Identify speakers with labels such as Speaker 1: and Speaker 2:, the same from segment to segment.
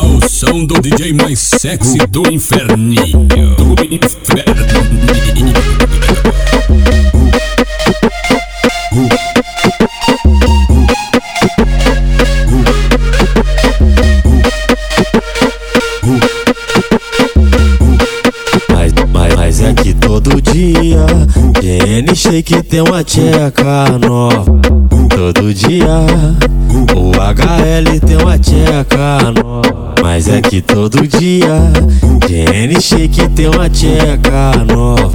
Speaker 1: produção do DJ mais sexy do inferninho. Do inferninho.
Speaker 2: Mas, mas, mas é que todo dia GN Shake tem uma tcheca nova Todo dia O HL tem uma tcheca nova Mas é que todo dia GN Shake tem uma tcheca nova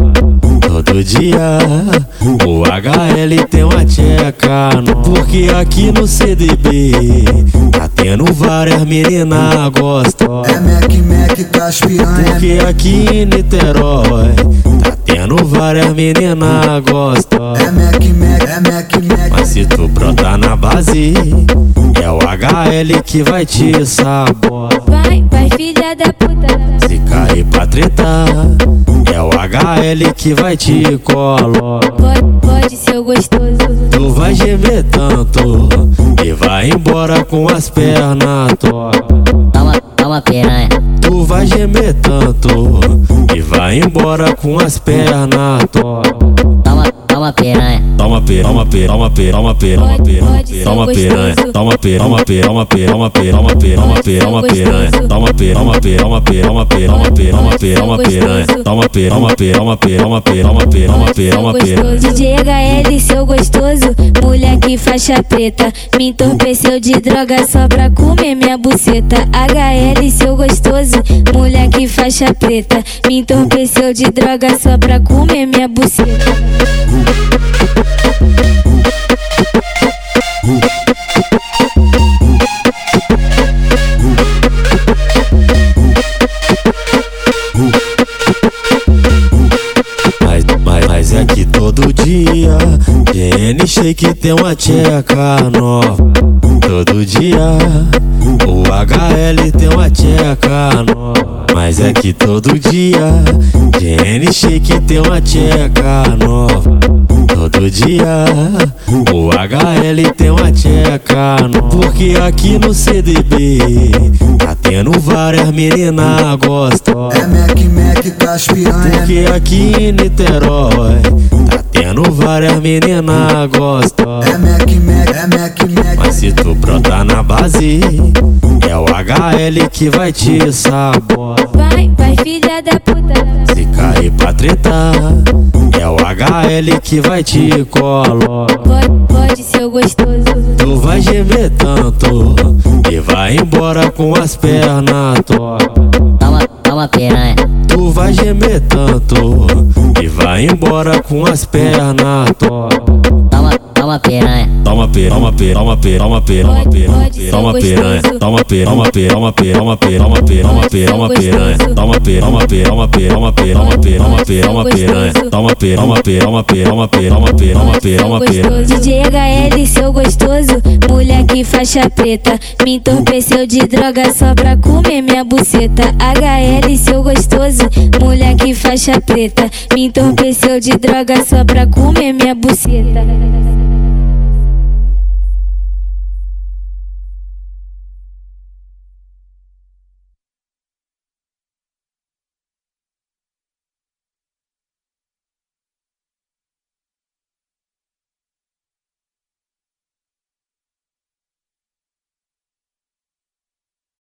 Speaker 2: Todo dia O HL tem uma tcheca nova Porque aqui no CDB Tá tendo várias meninas gostosas
Speaker 3: É Mac Mac com as piranha.
Speaker 2: porque aqui em Niterói tá tendo várias meninas gostosas.
Speaker 3: É Mac Mac, é Mac Mac.
Speaker 2: Mas se tu brotar na base, é o HL que vai te sabotar.
Speaker 4: Vai, vai, filha da puta.
Speaker 2: Se cair pra tretar, é o HL que vai te colocar.
Speaker 4: Pode, pode ser gostoso.
Speaker 2: Tu vai gemer tanto e vai embora com as pernas tortas.
Speaker 5: Toma, toma piranha.
Speaker 2: Tu vai gemer tanto e vai embora com as pernas tortas.
Speaker 5: Toma, toma piranha.
Speaker 2: Toma piranha, toma piranha, toma piranha, toma piranha, toma piranha, toma piranha, toma piranha, toma piranha, toma piranha, toma piranha, toma piranha, toma piranha, toma piranha, toma piranha, toma piranha, toma piranha, toma piranha, toma piranha, toma piranha, toma piranha, toma piranha, toma piranha, toma piranha, toma piranha, toma piranha.
Speaker 4: DJ HL, seu gostoso, mulher que faixa preta. Me entorpeceu de droga só pra comer minha buceta. HL, seu gostoso, mulher que faixa preta. Me entorpeceu de droga só pra comer minha buceta.
Speaker 2: Mas, mas, mas é que todo dia GN Shake tem uma tcheca nova Todo dia O HL tem uma tcheca nova Mas é que todo dia GN Shake tem uma tcheca nova Todo dia O HL tem uma tcheca nova Porque aqui no CDB Tá tendo várias meninas gostosas
Speaker 3: É Mac Mac com as piranha.
Speaker 2: porque aqui em Niterói tá tendo várias meninas gostosas.
Speaker 3: É Mac Mac, é Mac Mac.
Speaker 2: Mas se tu brotar na base, é o HL que vai te sabotar.
Speaker 4: Vai, vai, filha da puta.
Speaker 2: Se cair pra tretar, é o HL que vai te colocar.
Speaker 4: Pode, pode ser gostoso.
Speaker 2: Tu vai gemer tanto e vai embora com as pernas tortas.
Speaker 5: Toma, toma piranha.
Speaker 2: Tu vai gemer tanto e vai embora com as pernas tortas.
Speaker 5: Toma, toma piranha.
Speaker 2: Toma piranha, toma piranha, toma piranha, toma piranha, toma piranha, toma piranha, toma piranha, toma piranha, toma piranha, toma piranha, toma piranha, toma piranha, toma piranha, toma piranha, toma piranha, toma piranha, toma piranha, toma piranha, toma piranha, toma piranha, toma piranha, toma piranha, toma piranha, toma piranha, toma piranha.
Speaker 4: DJ HL, seu gostoso, mulher que faixa preta. Me entorpeceu de droga só pra comer minha buceta. HL, seu gostoso, mulher que faixa preta. Me entorpeceu de droga só pra comer minha buceta.